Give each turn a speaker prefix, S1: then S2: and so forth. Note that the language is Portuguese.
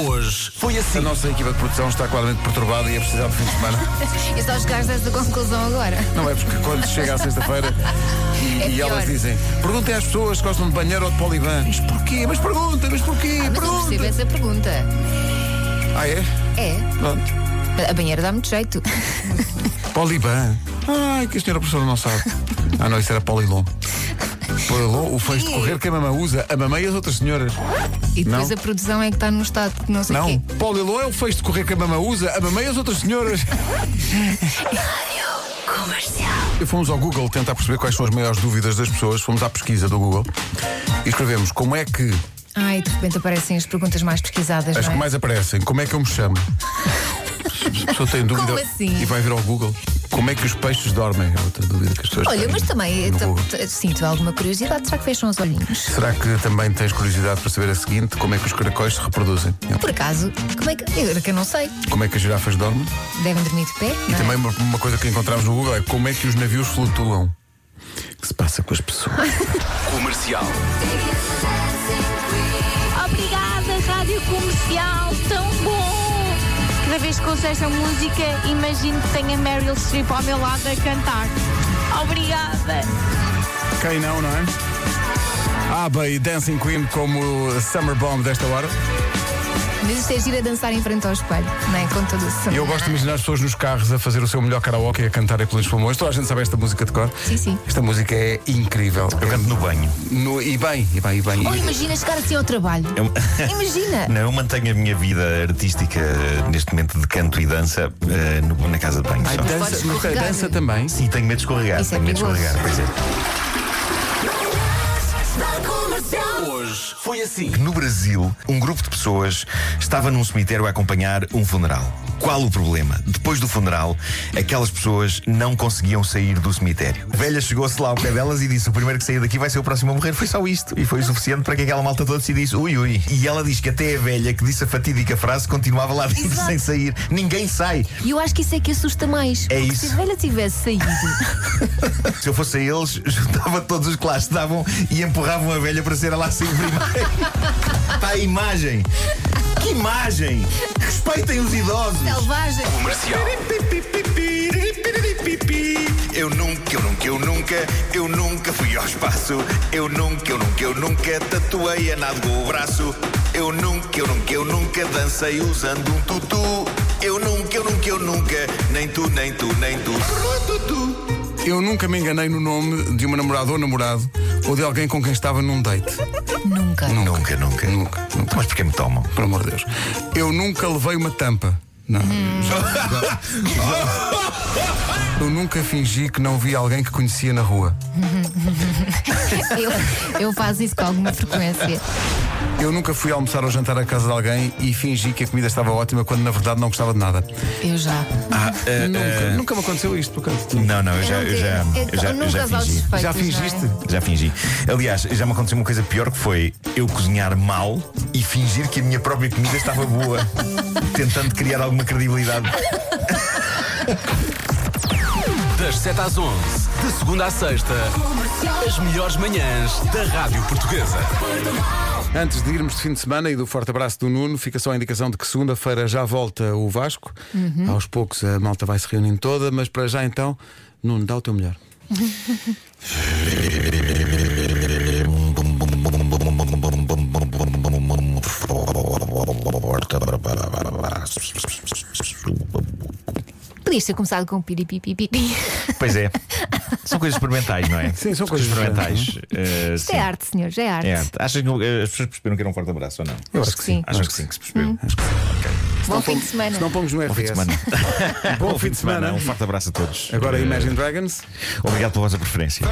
S1: hoje foi assim. A nossa equipa de produção está claramente perturbada e a precisar de fim de semana.
S2: E só chegaste a essa conclusão agora.
S1: Não é porque quando chega à sexta-feira e,
S2: É
S1: e elas
S2: pior.
S1: dizem: perguntem às pessoas que gostam de banheiro ou de poliban. Mas porquê? Mas perguntem, mas porquê?
S2: Ah, Mas é eu percebo
S1: perguntem.
S2: essa pergunta.
S1: Ah, é?
S2: É,
S1: Pronto.
S2: a banheira dá muito jeito.
S1: Poliban. Ai, que a senhora professora não sabe. Ah, não, isso era Polilon. Polilon, o fez de correr que a mamã usa, a mamã e as outras senhoras.
S2: E depois
S1: Não.
S2: a produção é que está num estado que não sei o
S1: Não,
S2: quê.
S1: Polilon é o fez de correr que a mamã usa, a mamã e as outras senhoras. E Fomos ao Google tentar perceber quais são as maiores dúvidas das pessoas, fomos à pesquisa do Google e escrevemos como é que,
S2: Ai, de repente aparecem as perguntas mais pesquisadas,
S1: as
S2: não
S1: que
S2: é?
S1: mais aparecem, como é que eu me chamo? A pessoa tem dúvida
S2: Como assim?
S1: e vai vir ao Google. Como é que os peixes dormem? É outra dúvida que as pessoas
S2: Olha,
S1: têm
S2: mas também
S1: no
S2: eh, tam-
S1: Google.
S2: t- sinto alguma curiosidade. Será que fecham os olhinhos?
S1: Será que também tens curiosidade para saber a seguinte? Como é que os caracóis se reproduzem?
S2: Por acaso, como é que. Eu, que eu não sei.
S1: Como é que as girafas dormem?
S2: Devem dormir de pé?
S1: E
S2: não é?
S1: também uma, uma coisa que encontramos no Google é como é que os navios flutuam. O que se passa com as pessoas?
S3: Comercial.
S4: Obrigada, Rádio Comercial, tão bom! Cada vez que ouço esta música, imagino que tenha Meryl Streep ao meu lado a cantar. Obrigada!
S1: Quem não, não é? ABBA e Dancing Queen como Summer Bomb desta hora.
S2: Mas isto é giro a dançar em frente ao espelho, não é? Com todo o som.
S1: E eu gosto de imaginar as pessoas nos carros a fazer o seu melhor karaoke e a cantar em pelos pulmões. Toda a gente sabe esta música de cor.
S2: Sim, sim.
S1: Esta música é incrível.
S5: Eu canto no banho.
S1: No- e bem, e bem, e bem.
S2: Ou imagina chegar assim ao trabalho.
S5: Eu-
S2: Imagina!
S5: Não, eu mantenho a minha vida artística eh, neste momento de canto e dança eh, no- na casa de banho.
S1: Ai,
S5: só.
S2: Pode
S1: dança, mas
S2: escorregar.
S1: dança também.
S5: Sim, tenho medo de escorregar.
S2: Isso é
S5: tenho medo de
S2: perigoso.
S5: escorregar. Pois é.
S3: Hoje foi assim.
S5: Que No Brasil, um grupo de pessoas estava num cemitério a acompanhar um funeral. Qual o problema? Depois do funeral, aquelas pessoas não conseguiam sair do cemitério. A velha chegou-se lá ao pé delas e disse: O primeiro que sair daqui vai ser o próximo a morrer. Foi só isto. E foi o suficiente para que aquela malta toda decidisse: Ui, ui. E ela diz que até a velha que disse a fatídica frase continuava lá dentro
S2: Exato.
S5: sem sair. Ninguém sai.
S2: E eu acho que isso é que assusta mais.
S5: É
S2: Porque
S5: isso.
S2: Se a velha tivesse saído.
S5: Se eu fosse a eles, juntava todos os que lá estavam e empurravam a velha para ser a lá sair primeiro. Está a imagem. Que imagem! Respeitem os idosos.
S2: Selvagem!
S3: Comercial.
S5: Eu nunca, eu nunca, eu nunca, eu nunca fui ao espaço. Eu nunca, eu nunca, eu nunca tatuei a nada com o braço. Eu nunca, eu nunca, eu nunca dancei usando um tutu. Eu nunca, eu nunca, eu nunca, nem tu, nem tu, nem tu. Tutu.
S1: Eu nunca me enganei no nome de uma namorada ou namorado ou de alguém com quem estava num date.
S2: Nunca.
S5: Nunca, nunca,
S1: Nunca, nunca.
S5: Então, Mas porquê me tomam?
S1: Por amor de Deus. Eu nunca levei uma tampa. Não. Já- já- Eu nunca fingi que não vi alguém que conhecia na rua.
S2: Eu, eu faço isso com alguma frequência.
S1: Eu nunca fui almoçar ou jantar à casa de alguém e fingi que a comida estava ótima quando na verdade não gostava de nada.
S2: Eu já.
S1: Nunca, nunca me aconteceu isto, por acaso.
S5: Não, não, eu já,
S2: Eu
S5: eu já,
S2: nunca-
S5: eu já,
S2: eu
S5: eu
S2: nunca
S5: já
S2: vou aos
S5: fingi.
S2: suspeitos,
S1: Já
S2: não é?
S1: fingiste?
S5: Já fingi. Aliás, já me aconteceu uma coisa pior que foi eu cozinhar mal e fingir que a minha própria comida estava boa, tentando criar alguma credibilidade.
S3: Das 7 às 11, de segunda à sexta, as melhores manhãs da Rádio Portuguesa.
S1: Antes de irmos de fim de semana e do forte abraço do Nuno, fica só a indicação de que segunda-feira já volta o Vasco.
S2: Uhum.
S1: Aos poucos a malta vai se reunindo toda, mas para já então, Nuno, dá o teu melhor.
S2: Podias ter começado com piripipipipi.
S5: Pois é. São coisas experimentais, não é?
S1: Sim, são coisas
S5: experimentais. Eh,
S2: Isto
S5: sim.
S2: é arte, senhores, é arte.
S5: É arte. Achas que eh, as pessoas perceberam que era um forte abraço ou não?
S1: Eu
S2: Acho que sim.
S5: Achas que sim, que se percebeu. Acho que sim.
S2: Bom fim de semana.
S1: Se não pomos no
S5: Bom fim de
S1: RTS.
S5: semana.
S1: Bom fim de semana.
S5: Um forte abraço a todos.
S1: Agora
S5: Eh,
S1: Imagine Dragons.
S5: Obrigado pela vossa preferência.